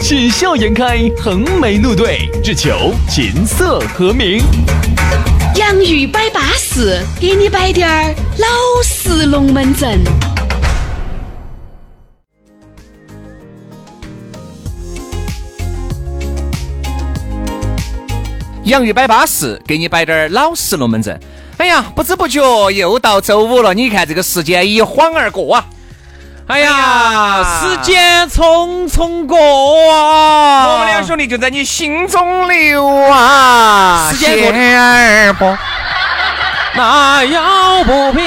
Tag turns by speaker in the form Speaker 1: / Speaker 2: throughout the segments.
Speaker 1: 喜笑颜开，横眉怒对，只求琴瑟和鸣。
Speaker 2: 洋芋摆巴士，给你摆点儿老式龙门阵。
Speaker 3: 洋芋摆巴适，给你摆点儿老实龙门阵。哎呀，不知不觉又到周五了，你看这个时间一晃而过啊！哎呀，
Speaker 4: 时间匆匆过啊！
Speaker 3: 我们两兄弟就在你心中留啊，
Speaker 4: 时间过得
Speaker 3: 锲而不
Speaker 4: 那要不平，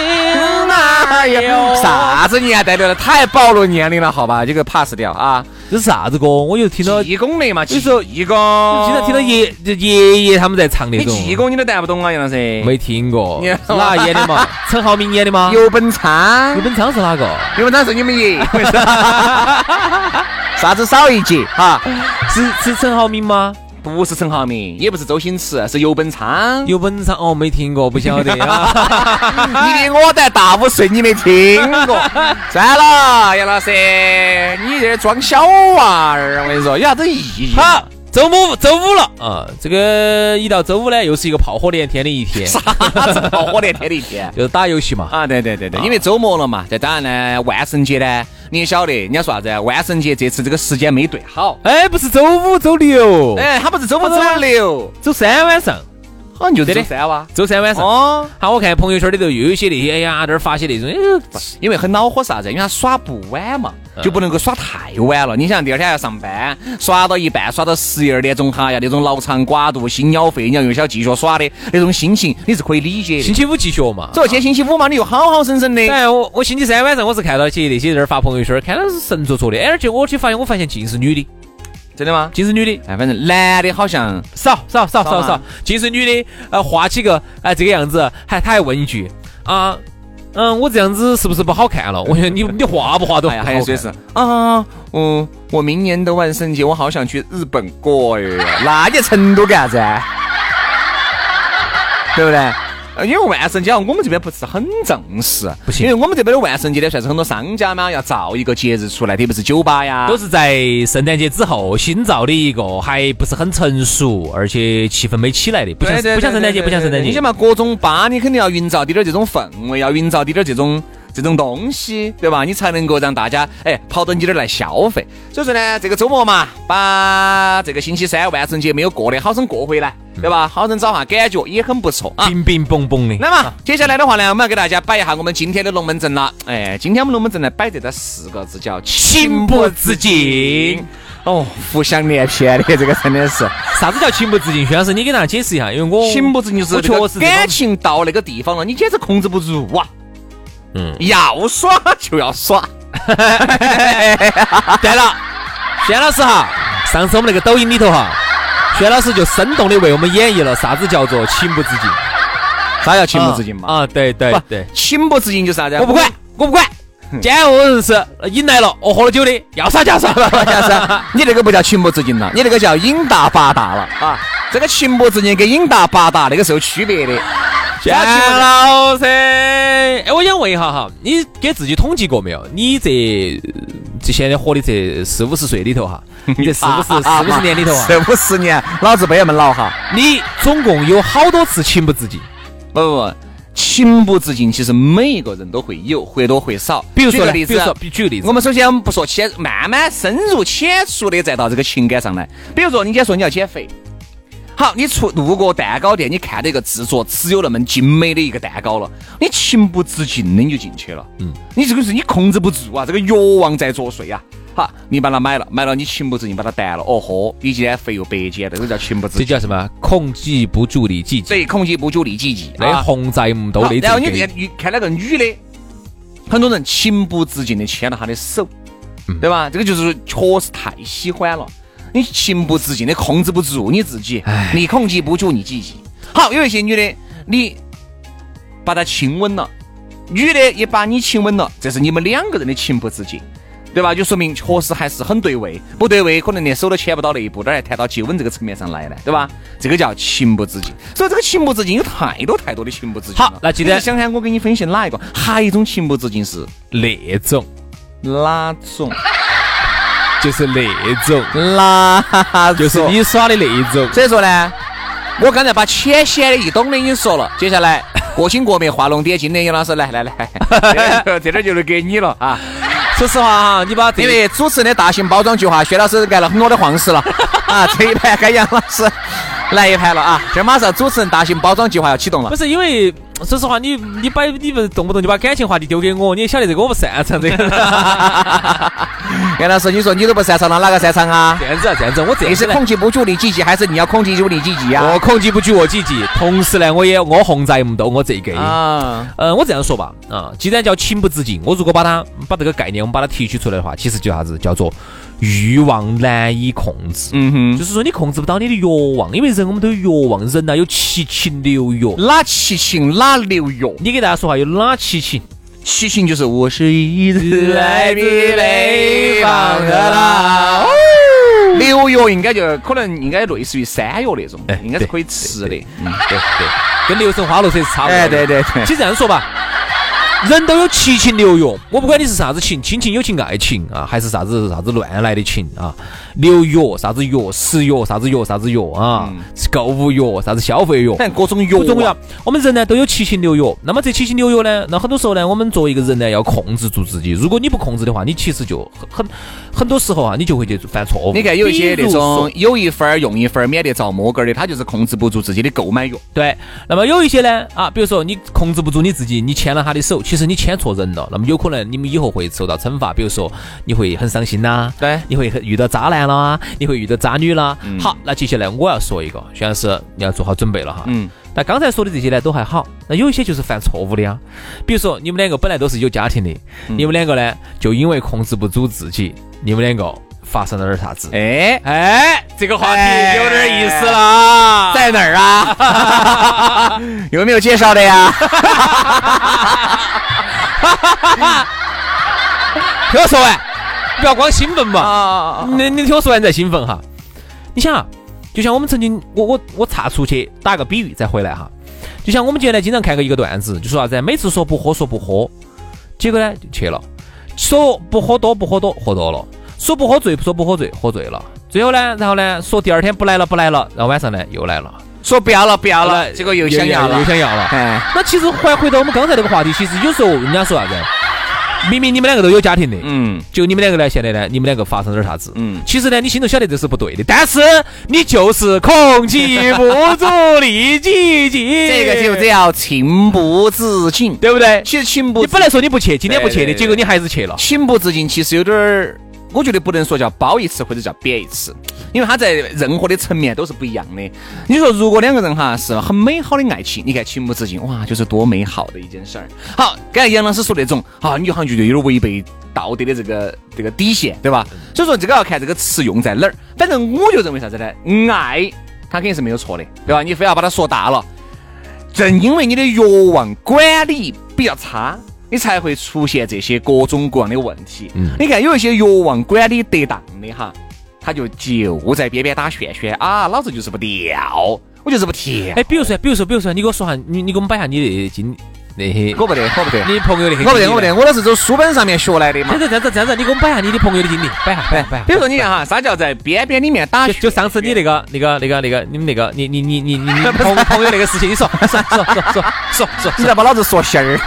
Speaker 4: 那有
Speaker 3: 哎啥子年代了？太暴露年龄了，好吧，这个 pass 掉啊。
Speaker 4: 这是啥子歌？我就听到，
Speaker 3: 济公的嘛，
Speaker 4: 有时候
Speaker 3: 济公，
Speaker 4: 经常听到爷这爷爷他们在唱那
Speaker 3: 你
Speaker 4: 种，
Speaker 3: 济公你都带不懂啊，杨老师。
Speaker 4: 没听过，
Speaker 3: 你
Speaker 4: 是哪演的 嘛？陈浩民演的吗？
Speaker 3: 游本昌
Speaker 4: 刘，本昌是哪个？
Speaker 3: 游本昌是你们 爷，啥子少一节哈。
Speaker 4: 是是陈浩民吗？
Speaker 3: 不是陈浩民，也不是周星驰，是游本昌。
Speaker 4: 刘本昌哦，没听过，不晓 得啊。
Speaker 3: 你比我才大五岁，你没听 过？算了，杨老师，你这装小娃儿，我跟你说，有啥子意义？
Speaker 4: 好，周五周五了啊，这个一到周五呢，又是一个炮火连天的一 天，
Speaker 3: 啥子炮火连天的一天？
Speaker 4: 就是打游戏嘛。
Speaker 3: 啊，对对对对，因为周末了嘛，这当然呢，万圣节呢，你也晓得，人家说啥子？万圣节这次这个时间没对好，
Speaker 4: 哎，不是周五周六，
Speaker 3: 哎，他不是周五周六，
Speaker 4: 周三晚上，
Speaker 3: 好像哦就是
Speaker 4: 对的
Speaker 3: 周三哇。
Speaker 4: 周三晚上。
Speaker 3: 哦，
Speaker 4: 好，我看朋友圈里头又有些那些，哎呀，这儿发些那种，哎呦
Speaker 3: 因为很恼火啥子？因为他耍不晚嘛，就不能够耍太晚了。你想第二天还要上班，耍到一半，耍到十一二点钟，哈呀，那种脑肠寡肚、心鸟肺鸟，又想继续耍的那种心情，你是可以理解
Speaker 4: 星
Speaker 3: 的。
Speaker 4: 期五继续嘛。
Speaker 3: 所以今天星期五嘛，你又好好生生的。
Speaker 4: 哎，我我星期三晚上我是看到些那些人儿发朋友圈儿，看到是神戳戳的，哎，而且我去发现，我发现尽是女的，
Speaker 3: 真的吗？
Speaker 4: 尽是女的，
Speaker 3: 哎，反正男的好像
Speaker 4: 少少少
Speaker 3: 少
Speaker 4: 少
Speaker 3: 吗
Speaker 4: 少，尽是女的，呃，画几个，哎、这个样子，还他还问一句啊，嗯，我这样子是不是不好看了？ 我说你你画不画都不好
Speaker 3: 哎呀，
Speaker 4: 看，
Speaker 3: 还有谁是啊？嗯，我明年的万圣节我好想去日本 过哟。那你成都干啥子啊？对不对？呃因为万圣节啊，我们这边不是很重视，
Speaker 4: 不行
Speaker 3: 因为我们这边的万圣节呢，算是很多商家嘛要造一个节日出来，特别是酒吧呀，
Speaker 4: 都是在圣诞节之后新造的一个，还不是很成熟，而且气氛没起来的，不像
Speaker 3: 对对
Speaker 4: 不像
Speaker 3: 对
Speaker 4: 圣诞
Speaker 3: 对
Speaker 4: 节，
Speaker 3: 对
Speaker 4: 不像圣诞
Speaker 3: 对
Speaker 4: 节。
Speaker 3: 你想嘛，各种吧，你肯定要营造点儿这种氛围，要营造点儿这种这种东西，对吧？你才能够让大家哎跑到你这儿来消费。所以说呢，这个周末嘛，把这个星期三万圣节没有过的好生过回来，
Speaker 4: 嗯
Speaker 3: 对吧？好生找下感觉也很不错啊。
Speaker 4: 冰冰蹦蹦的。
Speaker 3: 那么接下来的话呢，我们要给大家摆一下我们今天的龙门阵了。哎，今天我们龙门阵呢摆这个四个字叫
Speaker 4: 情不自禁。
Speaker 3: 哦，浮想联翩的这个真的是。
Speaker 4: 啥子叫情不自禁？徐老师，你给大家解释一下，因为我
Speaker 3: 情不自禁就是
Speaker 4: 我
Speaker 3: 这
Speaker 4: 确
Speaker 3: 个
Speaker 4: 实这方
Speaker 3: 哦感情到那个地方了，你简直控制不住啊！
Speaker 4: 嗯，
Speaker 3: 要耍就要耍，
Speaker 4: 对了，轩老师哈，上次我们那个抖音里头哈，轩老师就生动的为我们演绎了啥子叫做情不自禁。
Speaker 3: 啥叫情不自禁嘛？
Speaker 4: 啊，啊对对
Speaker 3: 不
Speaker 4: 对，，
Speaker 3: 情不自禁就是啥子啊？
Speaker 4: 我不管，我不管。今天我认识引来了，我喝了酒的，要耍就 要耍。
Speaker 3: 我啥子啊，你那个不叫情不自禁了，你那个叫瘾大八大了啊！这个情不自禁跟瘾大八大那个是有区别的。
Speaker 4: 轩老师，哎，我想问一下哈，你给自己统计过没有？你这这现在活的这四五十岁里头 哈，你这四五十四五十年里头啊，
Speaker 3: 这五十年，老子辈们老哈。
Speaker 4: 你总共有好多次情不自禁？
Speaker 3: 不不不，情不自禁其实每一个人都会有，或多或少。
Speaker 4: 比如说
Speaker 3: 举个
Speaker 4: 呢，
Speaker 3: 例
Speaker 4: 比
Speaker 3: 子
Speaker 4: 如
Speaker 3: 啊，
Speaker 4: 说，比举个例子，
Speaker 3: 我们首先我们不说先慢慢深入浅出的再到这个情感上来。比如说，你今天说你要减肥，好，你出路过蛋糕店，你看到一个制作只有那么精美的一个蛋糕了，你情不自禁的你就进去了。嗯，你这个是你控制不住啊，这个欲望在作祟啊。好，你把它买了，买了你情不自禁把它淡了，哦豁，你今天肥又白减，这个叫情不自
Speaker 4: 这
Speaker 3: 禁。
Speaker 4: 叫什么？控制不住的自己，
Speaker 3: 对，控制不住利己己。
Speaker 4: 那控制唔到
Speaker 3: 好
Speaker 4: 的
Speaker 3: 然后你
Speaker 4: 自己
Speaker 3: 看，你看那个女的，很多人情不自禁的牵了她的手，对吧？这个就是确实太喜欢了。你情不自禁的控制不住你自己，你控制不住你自己。好，有一些女的，你把她亲吻了，女的也把你亲吻了，这是你们两个人的情不自禁，对吧？就说明确实还是很对位，不对位可能连手都牵不到那一步，哪来谈到接吻这个层面上来呢？对吧？这个叫情不自禁。所以这个情不自禁有太多太多的情不自禁了。
Speaker 4: 好那今天
Speaker 3: 你想想我给你分析哪一个？还有一种情不自禁是
Speaker 4: 那种
Speaker 3: 哪种？
Speaker 4: 就是那种，
Speaker 3: 哪
Speaker 4: 就是你耍的那一种。
Speaker 3: 所以说呢，我刚才把浅显的、易懂的已经说了，接下来各行各面、画龙点睛的，杨老师来 来来，这点就留给你了啊！
Speaker 4: 说实话哈，你把
Speaker 3: 因
Speaker 4: 这
Speaker 3: 为主持人的大型包装计划，薛老师干了很多的黄事了啊！这一盘该杨老师来一盘了啊！这马上主持人大型包装计划要启动了
Speaker 4: 不。是因为，说实话，你你把你们动不动就把感情话题丢给我，你也晓得这个我不擅长这 个。
Speaker 3: 杨老师，你说你都不擅长了，哪个擅长啊
Speaker 4: 这？样子啊，这样子，我这
Speaker 3: 你
Speaker 4: 样子
Speaker 3: 是
Speaker 4: 呢
Speaker 3: 啊控制不住你自己，还是你要控制住你自己呀？
Speaker 4: 我控制不住我自己，同时呢，我也我控制不到我自己。
Speaker 3: 啊，
Speaker 4: 呃，我这样说吧，啊，既然叫情不自禁，我如果把它把这个概念我们把它提取出来的话，其实叫啥子？叫做欲望难以控制。
Speaker 3: 嗯哼，
Speaker 4: 就是说你控制不到你的欲望，因为人我们都有欲望，人呐有七情六欲。
Speaker 3: 哪七情哪六欲？
Speaker 4: 你给大家说下有哪七情？
Speaker 3: 七情就是我是一直
Speaker 4: 来自北方的哦
Speaker 3: 啦。六药应该就可能应该类似于山药那种，应该是可以吃的。
Speaker 4: 哎对对，跟流神花露水是差不多的。
Speaker 3: 哎对对对
Speaker 4: 其实这样说吧，人都有七情六欲，我不管你是啥子情，亲情、友情、爱情啊，还是啥子啥子乱来的情啊，六欲啥子欲，食欲啥子欲啥子欲啊，
Speaker 3: 嗯
Speaker 4: 购物欲啥子消费欲。
Speaker 3: 反正各种药
Speaker 4: 不重要，我们人呢都有七情六欲，那么这七情六欲呢，那很多时候呢，我们作为一个人呢，要控制住自己。如果你不控制的话，你其实就很很很多时候啊，你就会去犯错误。
Speaker 3: 你看有一些那
Speaker 4: 比如说
Speaker 3: 种有一分儿用一分儿，免得着魔根儿的，他就是控制不住自己的购买欲。
Speaker 4: 对，那么有一些呢，啊，比如说你控制不住你自己，你牵了他的手，其实你牵错人了，那么有可能你们以后会受到惩罚，比如说你会很伤心呐、
Speaker 3: 对
Speaker 4: 你会很遇到渣男啦、你会遇到渣女啦。好，那接下来我要说一个，徐老师你要做好准备了哈。
Speaker 3: 嗯，
Speaker 4: 那刚才说的这些呢都还好，那有一些就是犯错误的呀，比如说你们两个本来都是有家庭的，你们两个呢就因为控制不住自己，你们两个发生了点啥子？
Speaker 3: 哎，
Speaker 4: 哎，这个话题
Speaker 3: 哎
Speaker 4: 有点意思了啊。
Speaker 3: 在哪 儿啊？有没有介绍的呀？
Speaker 4: 听我说完，不要光兴奋嘛。
Speaker 3: 啊，
Speaker 4: 你你听我说完再兴奋哈。你想啊，就像我们曾经，我我我岔出去打个比喻再回来哈。就像我们原来经常看过一个段子，就说啥子，每次说不喝说不喝，结果呢就去了，说不喝多不喝多喝多了，说不喝醉说不喝醉喝醉了，最后呢，然后呢说第二天不来了不来了，然后晚上呢又来了，
Speaker 3: 说不要了，不要
Speaker 4: 好
Speaker 3: 了，结果又想要
Speaker 4: 又
Speaker 3: 了。
Speaker 4: 想要了。
Speaker 3: 哎，
Speaker 4: 那其实还回到我们刚才那个话题，其实有时候人家说啥子，明明你们两个都有家庭的，
Speaker 3: 嗯
Speaker 4: 就你们两个呢，现在呢，你们两个发生了点啥子？
Speaker 3: 嗯
Speaker 4: 其实呢，你心头晓得这是不对的，但是你就是控制不住你自己，
Speaker 3: 这个就
Speaker 4: 这，
Speaker 3: 叫情不自禁。
Speaker 4: 对不对？
Speaker 3: 其实情不
Speaker 4: 你
Speaker 3: 自
Speaker 4: 本来说你不去，今天不去
Speaker 3: 对
Speaker 4: 的，
Speaker 3: 对对
Speaker 4: 结果你还是去了。
Speaker 3: 情不自禁，其实有点儿，我觉得不能说叫褒一次或者叫贬一次，因为它在任何的层面都是不一样的。你说，如果两个人哈是很美好的爱情，你看情不自禁，哇，就是多美好的一件事儿。好，刚才杨老师说那种，啊，你好像觉得有点违背道德的这个这个底线，对吧？所以说这个要看这个词用在哪儿。反正我就认为啥子呢？爱，它肯定是没有错的，对吧？你非要把它说大了。正因为你的欲望管理比较差，你才会出现这些各种各样的问题。
Speaker 4: 嗯
Speaker 3: 你看有一些欲望管理得当的哈，他就就在边边打旋旋啊，老子就是不掉，我就是不贴，
Speaker 4: 哎，比如说，比如说，比如说，你给我说下，你你给我们摆下你的经那些，
Speaker 3: 我不得，我不得，
Speaker 4: 你朋友的那些，
Speaker 3: 我不得，我不得，。我都是走书本上面学来的嘛哎
Speaker 4: 这。样子，这样子，这样子，你给我们摆下你的朋友的经历，摆下，摆下，摆下。
Speaker 3: 比如说你看哈，啥叫在边边里面打
Speaker 4: 就
Speaker 3: 旋
Speaker 4: 哎就上次你那个那个那个那个你们那个你你你你你你朋朋友那个事情，你说说说说说说说
Speaker 3: 你
Speaker 4: 说，
Speaker 3: 咋把老子说心 儿了？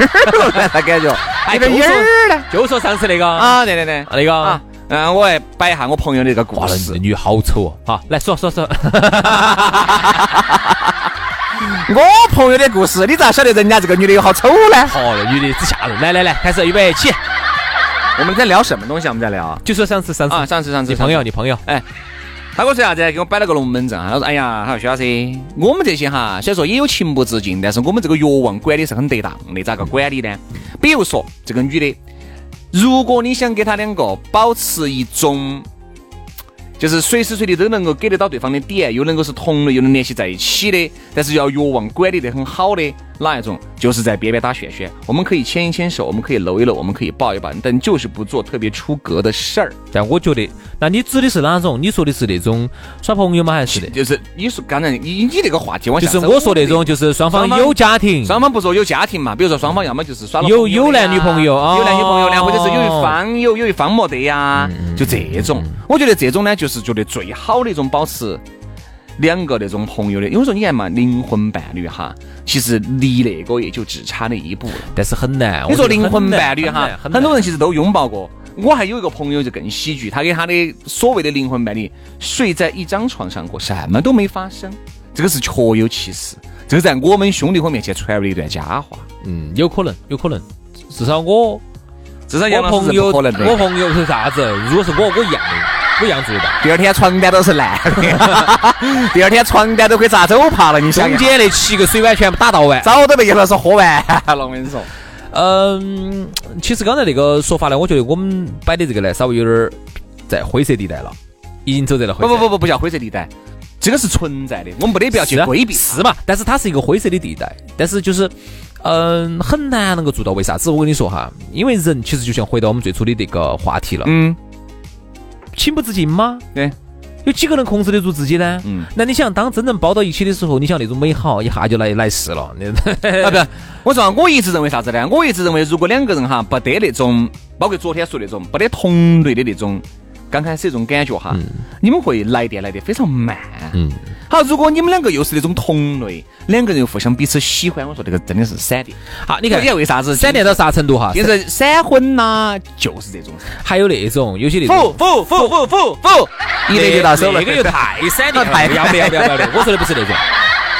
Speaker 3: 那感觉，
Speaker 4: 哎
Speaker 3: 你个
Speaker 4: 就
Speaker 3: 音
Speaker 4: 说
Speaker 3: 儿呢？
Speaker 4: 就说上次那个啊
Speaker 3: 啊，对对对，
Speaker 4: 那个
Speaker 3: 啊，嗯，我来摆一下我朋友的一个故
Speaker 4: 哇，那
Speaker 3: 事
Speaker 4: 那。女好丑哦！好，来说说 说，
Speaker 3: 我朋友的故事，你咋晓得人家这个女的有好丑呢？
Speaker 4: 好，那女哦的之吓人！来来来，开始预备起，
Speaker 3: 我们在聊什么东西啊？我们在聊啊，
Speaker 4: 就说上次上次
Speaker 3: 上次上
Speaker 4: 你朋友你朋友，
Speaker 3: 他跟我说啥子？给我摆了个龙门阵啊！他说：“哎呀，他说薛老师，我们这些哈，虽然说也有情不自禁，但是我们这个欲望管理是很得当的。咋个管理呢？比如说这个女的，如果你想给她两个保持一种就是随时随地都能够给得到对方的点，又能够是同类，又能联系在一起的，但是要欲望管理得很好的哪一种？就是在边边打旋旋，我们可以牵一牵手，我们可以搂一搂，我们可以抱一抱，但就是不做特别出格的事儿。
Speaker 4: 但我觉得，那你指的是哪种？你说的是那种耍朋友吗？还是的？
Speaker 3: 就是你说，刚才你你这个话题往
Speaker 4: 就
Speaker 3: 下
Speaker 4: 是
Speaker 3: 走，
Speaker 4: 我说那种，就是双方
Speaker 3: 双方
Speaker 4: 有家庭，
Speaker 3: 双方不说有家庭嘛，比如说双方要么就是耍了
Speaker 4: 有
Speaker 3: 朋友
Speaker 4: 有
Speaker 3: 的呀
Speaker 4: 男女朋友哦嗯
Speaker 3: 有男女朋友呢，或者是有一方有有一方没得呀，就这种，我觉得这种呢，就是觉得最好的一种保持两个那种朋友的，因为说你看嘛，灵魂伴侣哈，其实离那个也就只差那一步了。
Speaker 4: 但是很难。
Speaker 3: 你
Speaker 4: 我觉
Speaker 3: 说
Speaker 4: 得
Speaker 3: 灵
Speaker 4: 很
Speaker 3: 魂
Speaker 4: 难
Speaker 3: 伴侣哈，
Speaker 4: 很
Speaker 3: 很多
Speaker 4: 人
Speaker 3: 人其实都拥抱过。我还有一个朋友就更喜剧，他跟他的所谓的灵魂伴侣睡在一张床上过，什么都没发生，这个是确有其事，这个在我们兄弟伙面前传了一段佳话。
Speaker 4: 嗯，有可能，有可能。至少我
Speaker 3: 至少杨
Speaker 4: 我
Speaker 3: 老师
Speaker 4: 朋
Speaker 3: 是
Speaker 4: 友
Speaker 3: 不可能
Speaker 4: 我
Speaker 3: 的。
Speaker 4: 朋友是啥子？如果是我，我一样的，我一样做得到。
Speaker 3: 第二天床单都是 烂的，第二天床单都可以砸走趴了。你想
Speaker 4: 中
Speaker 3: 一下，
Speaker 4: 间那七个水碗全部打到完。
Speaker 3: 早都被杨老师喝完了。我跟你说，
Speaker 4: 嗯，其实刚才那个说法呢，我觉得我们摆的这个呢，稍微有点儿在灰色地带了，已经走在了灰
Speaker 3: 不
Speaker 4: 色。啊
Speaker 3: 不不不，不叫灰色地带，这个是存在的，我们没得必要去
Speaker 4: 是啊
Speaker 3: 规避它。
Speaker 4: 是嘛？但是它是一个灰色的地带，但是就是，嗯、很难能够做到。为啥子？我跟你说哈，因为人其实就像回到我们最初的这个话题了，
Speaker 3: 嗯，
Speaker 4: 情不自禁吗？
Speaker 3: 对，
Speaker 4: 有几个能控制得住自己呢？
Speaker 3: 嗯
Speaker 4: 那你想，当真正抱到一起的时候，你想那种美好一下就来来世了。哎
Speaker 3: 啊不，我说啊我一直认为啥子呢？我一直认为，如果两个人哈不得那种，包括昨天说那种不得同类的那种，刚开始那种感觉哈，你们会来电来得非常慢。
Speaker 4: 嗯，
Speaker 3: 好，如果你们两个又是那种同类，两个人又互相彼此喜欢，我说这个真的是闪电。
Speaker 4: 好，你
Speaker 3: 你
Speaker 4: 看
Speaker 3: 看，你看为啥子
Speaker 4: 闪电到啥程度哈？
Speaker 3: 就是闪婚呐，就是这种。
Speaker 4: 还有那种有些那种。
Speaker 3: 否否否否否，哎 一类就到手了。
Speaker 4: 那个又太闪电了，
Speaker 3: 太
Speaker 4: 不 要不要不要不要的！我说的不是那种，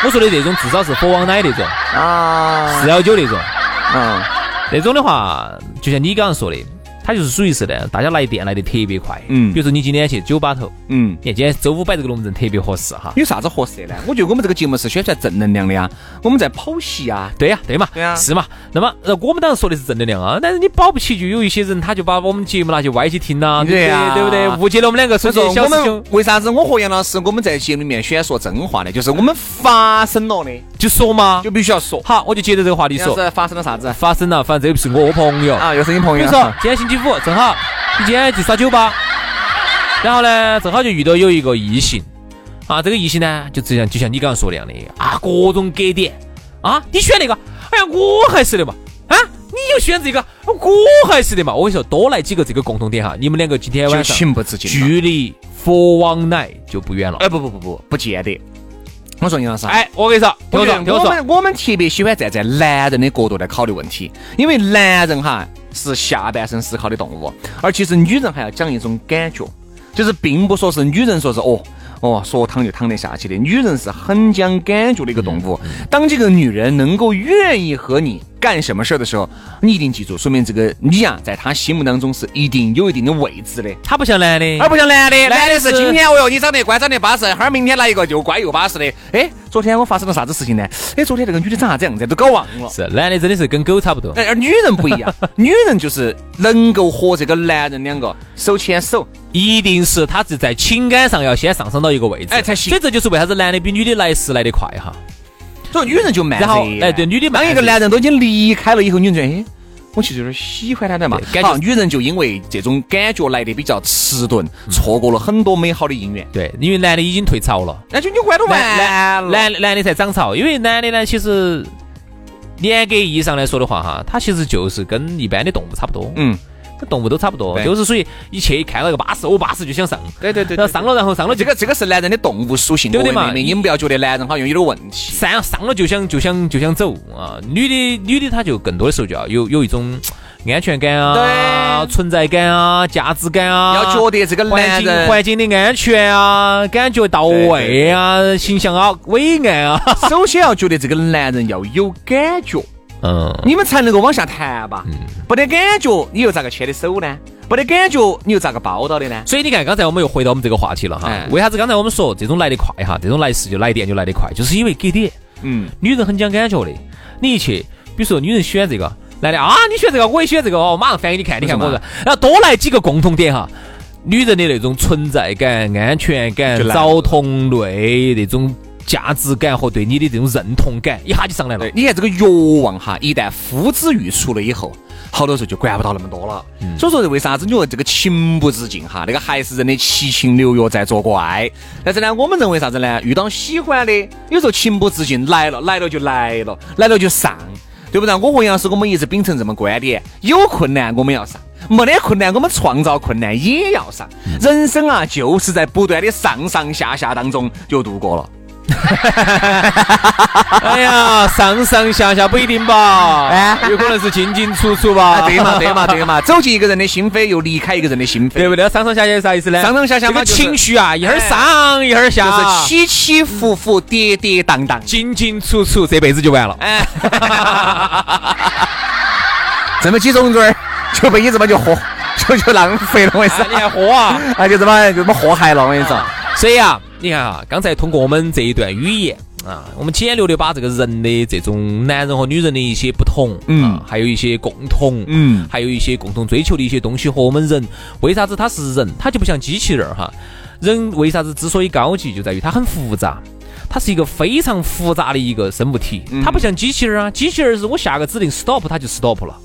Speaker 4: 我说的那种至少是佛王奶那种，
Speaker 3: 啊
Speaker 4: 四幺九那种，
Speaker 3: 啊
Speaker 4: 那种的话，就像你刚刚说的，它就是属于是的，大家来电来的特别快。
Speaker 3: 嗯
Speaker 4: 比如说你今天去酒吧头，
Speaker 3: 嗯。
Speaker 4: 你看今天周五摆这个龙门阵特别合适哈。
Speaker 3: 有啥子合适的呢？我觉得我们这个节目是宣传正能量的呀，我们在剖析啊，
Speaker 4: 对呀、对嘛，
Speaker 3: 对呀
Speaker 4: 是嘛。那么，呃，我们当然说的是正能量啊，但是你保不齐就有一些人，他就把我们节目拿去歪去听啦、对不
Speaker 3: 对
Speaker 4: 对？
Speaker 3: 呀
Speaker 4: 对不对？误解了我们两个
Speaker 3: 所
Speaker 4: 说
Speaker 3: 以说
Speaker 4: 些
Speaker 3: 我
Speaker 4: 小事情
Speaker 3: 们，为啥子我和杨老师我们在节目里面喜欢说真话呢？就是我们发生了的，
Speaker 4: 就说嘛。
Speaker 3: 就必须要说。
Speaker 4: 好，我就接着这个话题
Speaker 3: 啊杨老
Speaker 4: 说，
Speaker 3: 师发生了啥子
Speaker 4: 发生了，反正这又不是我朋友。
Speaker 3: 啊？又是你朋
Speaker 4: 比
Speaker 3: 友
Speaker 4: 如说，今天星期五，正好你今天去耍酒吧，然后呢，正好就遇到有一个异性，啊，这个异性呢，就就像就像你刚刚说那样的啊，各种给点啊，你选那个，哎呀，我还是的嘛，啊，你又选这个，啊我还是的嘛，我跟你说，多来几个这个共同点哈，你们两个今天
Speaker 3: 就
Speaker 4: 晚上
Speaker 3: 情不自禁了。
Speaker 4: 距离佛王奶就不远了。
Speaker 3: 哎，不不不不，不见得。我说杨老师啊，
Speaker 4: 哎，我跟你说，听
Speaker 3: 我
Speaker 4: 我
Speaker 3: 觉
Speaker 4: 说，
Speaker 3: 得
Speaker 4: 听我
Speaker 3: 我
Speaker 4: 说，
Speaker 3: 们我们特别喜欢站在男人的角度来考虑问题，因为男人哈是下半身思考的动物，而其实女人还要讲一种感觉，就是并不说是女人说是哦。哦，说躺就躺得下去的，女人是很讲感觉的一个动物。当这个女人能够愿意和你干什么事儿的时候，你一定记住，说明这个你呀、在她心目当中是一定有一定的位置的。
Speaker 4: 他不像男的，
Speaker 3: 哎而不像男的，男的是
Speaker 4: 男的是
Speaker 3: 今天哦哟，你长得乖，长得巴适，哈儿明天来一个又乖又巴适的。哎，昨天我发生了啥子事情呢？哎，昨天那个女的长啥子样子，啊都搞忘了。
Speaker 4: 是男的真的是跟狗差不多。
Speaker 3: 哎，而女人不一样，女人就是能够和这个男人两个手牵手，
Speaker 4: 一定是他是在情感上要先上升到一个位置，
Speaker 3: 哎才行
Speaker 4: 所以这就是为啥子男的比女的来时来得快哈。
Speaker 3: 所以女人就慢热。
Speaker 4: 然后哎对女的慢
Speaker 3: 当一个男人都已经离开了以后，女人就哎。我其实有点喜欢他的嘛，
Speaker 4: 对感觉
Speaker 3: 好，女人就因为这种感觉来的比较迟钝，错过了很多美好的姻缘。
Speaker 4: 对，因为男的已经退潮了，
Speaker 3: 那就你关都完了，
Speaker 4: 男男的才涨潮，因为男的呢，其实严格意义上来说的话哈，他其实就是跟一般的动物差不多，
Speaker 3: 嗯，
Speaker 4: 跟动物都差不多，
Speaker 3: 对
Speaker 4: 就是属于一去一看到一个巴适，我哦巴适就想上，
Speaker 3: 对对
Speaker 4: 然后上了，然后上
Speaker 3: 那
Speaker 4: 了
Speaker 3: 这
Speaker 4: 就
Speaker 3: 个这个是男人的动物属性，
Speaker 4: 对不对
Speaker 3: 各位
Speaker 4: 嘛
Speaker 3: 妹妹你们不要觉得男人好像有点问题。
Speaker 4: 上上了就想就想就想走啊，女的女的她就更多的时候就要有有一种安全感啊，
Speaker 3: 对
Speaker 4: 存在感啊，价值感啊，
Speaker 3: 要觉得这个
Speaker 4: 环
Speaker 3: 男
Speaker 4: 境
Speaker 3: 人
Speaker 4: 环境的安全啊，感觉到位啊，形象啊，伟岸啊，
Speaker 3: 首先要觉得这个男人要有感觉，
Speaker 4: 嗯，
Speaker 3: 你们才能够往下谈吧。不得感觉，你又咋个牵的手呢？不得感觉，你又咋个抱到的呢？
Speaker 4: 所以你看，刚才我们又回到我们这个话题了哈
Speaker 3: 哎。
Speaker 4: 为啥子刚才我们说这种来得快哈，这种来势就来电就来得快，就是因为给点。
Speaker 3: 嗯，
Speaker 4: 女人很讲感觉的，你一去，比如说女人喜欢这个，男的啊，你喜欢这个，我也喜欢这个哦，马上翻给你看，你看
Speaker 3: 为什
Speaker 4: 我
Speaker 3: 么
Speaker 4: 说，然后多来几个共同点哈。女人的那种存在感、安全感
Speaker 5: 就、来了
Speaker 4: 找同类那种价值感和对你的这种认同感，一下就上来了
Speaker 3: 对，。你看这个欲望哈，一旦呼之欲出了以后，好多时候就管不到那么多了。所以说，为啥子你说这个情不自禁哈？那个还是人的七情六欲在作怪。但是呢，我们认为啥子呢？遇到喜欢的，有时候情不自禁来了，来了就来了，来了就上，对不对？我和杨老师我们一直秉承这么观点，有困难我们要上。没得困难，我们创造困难也要上。人生啊，就是在不断的上上下下当中就度过了。
Speaker 4: 哎呀，上上下下不一定吧，有可能是进进出出吧。
Speaker 3: 哎啊，对 嘛，对嘛，对嘛，走进一个人的心扉，又离开一个人的心
Speaker 4: 对
Speaker 3: 扉，
Speaker 4: 不对？上上下下是啥意思呢？
Speaker 3: 上上下下
Speaker 4: 这
Speaker 3: 嘛
Speaker 4: 个
Speaker 3: 就是
Speaker 4: 情绪啊，一会儿上一会儿下，
Speaker 3: 就是起起伏伏，跌跌宕 宕。
Speaker 4: 进进出出，这辈子就完了。
Speaker 3: 哎，这么几种子儿，就被你这么就祸， 就就浪费了，我跟你
Speaker 4: 哎你
Speaker 3: 说，
Speaker 4: 还喝 啊？
Speaker 3: 哎，就这么就这么祸害了，我跟你说。
Speaker 4: 所以啊，你看啊，刚才通过我们这一段语言啊，我们简略的把这个人的这种男人和女人的一些不同，
Speaker 3: 嗯
Speaker 4: 啊，还有一些共同，
Speaker 3: 嗯
Speaker 4: 还有一些共同追求的一些东西和我们人，为啥子他是人，他就不像机器人儿哈？人为啥子之所以高级，就在于它很复杂。它是一个非常复杂的一个生物体，
Speaker 3: 嗯
Speaker 4: 它不像机器人儿啊，机器人儿是我下个指令 stop 它就 stop 了，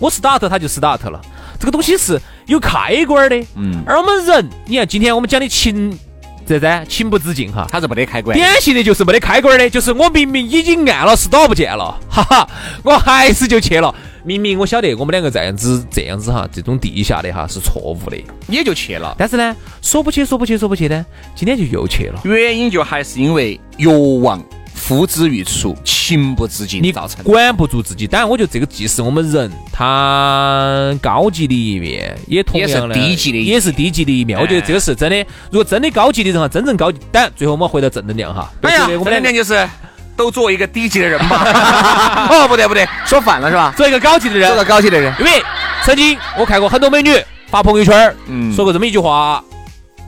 Speaker 4: 我 start 它就 start 了，这个东西是有开关儿的。嗯，而我们人，你看今天我们讲的情，这噻，情不自禁哈，
Speaker 3: 他是没得开关，
Speaker 4: 典型的就是没得开关的，就是我明明已经按了 stop 键了，哈哈，我还是就去了。明明我晓得我们两个这样子这样子哈，这种地下的哈是错误的，
Speaker 3: 也就去了。
Speaker 4: 但是呢，说不去说不去说不去呢，今天就又去了。
Speaker 3: 原因就还是因为欲望呼之欲出，情不自禁
Speaker 4: 你
Speaker 3: 造成的。
Speaker 4: 管不住自己，当然，我觉得这个既是我们人他高级的一面，也同样呢
Speaker 3: 也是低级的一面
Speaker 4: 也是低级的一面。我觉得这个是真的。如果真的高级的人哈，真正高级，当然最后我们回到正能量哈。
Speaker 3: 哎呀，
Speaker 4: 我们
Speaker 3: 我们
Speaker 4: 两
Speaker 3: 两
Speaker 4: 个
Speaker 3: 天就是都做一个低级的人 吧。哦，不对不对，说反了是吧？
Speaker 4: 做一个高级的人
Speaker 3: 做，个高级的人。
Speaker 4: 因为曾经我看过很多美女发朋友圈儿，
Speaker 3: 嗯
Speaker 4: 说过这么一句话，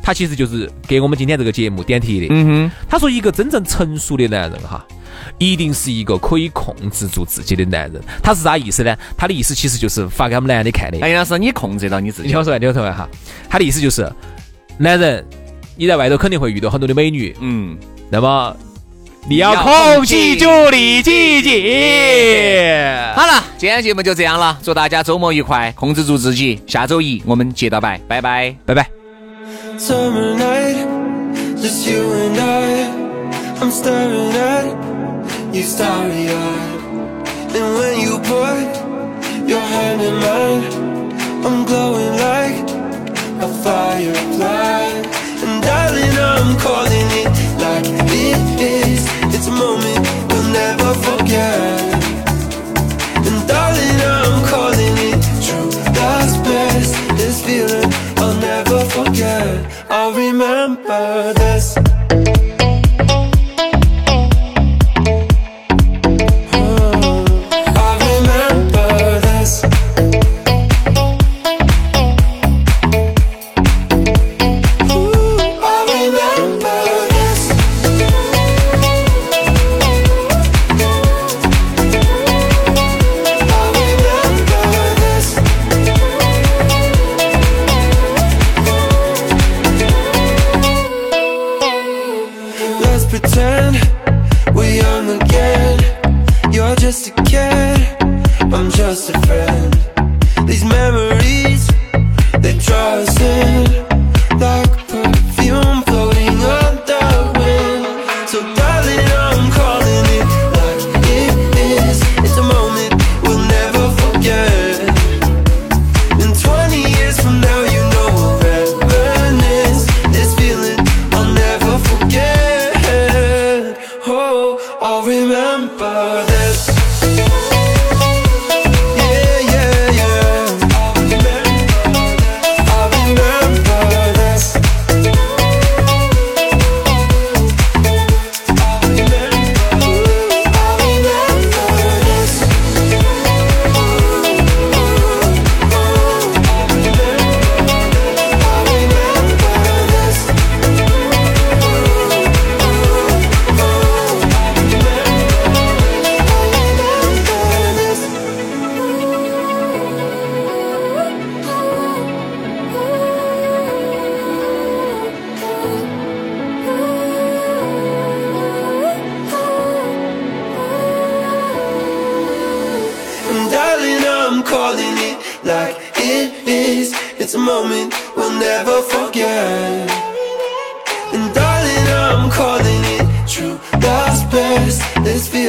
Speaker 4: 她其实就是给我们今天这个节目点题的。
Speaker 3: 嗯哼。
Speaker 4: 她说，一个真正成熟的男人哈，一定是一个可以控制住自己的男人。她是啥意思呢？她的意思其实就是发给我们男的看的。
Speaker 3: 哎，杨老师，你控制到你自
Speaker 4: 你
Speaker 3: 己
Speaker 4: 听。我说完，你听我说完哈，她的意思就是，男人你在外头肯定会遇到很多的美女，
Speaker 3: 嗯，
Speaker 4: 那么你
Speaker 3: 要
Speaker 4: 要控
Speaker 3: 控
Speaker 4: 制
Speaker 3: 制
Speaker 4: 住你自己。
Speaker 3: 好了，今天节目就这样了，祝大家周末愉快，控制住自己，下周一我们接着拜，拜拜。
Speaker 4: 拜拜。
Speaker 6: Summer night, just you and I. I'm staring at you, starry eyed. And when you put your hand in mine, I'm glowing like a firefly. And darling, I'm calling it like it is. It's a moment we'll never forget. And darling, I'm calling it true. That's best. This feeling I'll never forget. I'll remember this. Mm, I'll remember this. Ooh, I'll remember this. I'll remember this. Let's pretend we're young again. You're just a kid, I'm just a friend. These memories, they draw us in like perfume floating on the wind. So, darling, I'm calling it like it is. It's a moment we'll never forget. And 20 years from now, you know we'll reminisce this feeling I'll never forget. Oh, I'll remember this. Yeah, yeah, yeah. I'll remember this. I'll remember this. I'll remember this. Mm, calling it like it is. It's a moment we'll never forget. And darling, I'm calling it true. Love's best. Let's feel.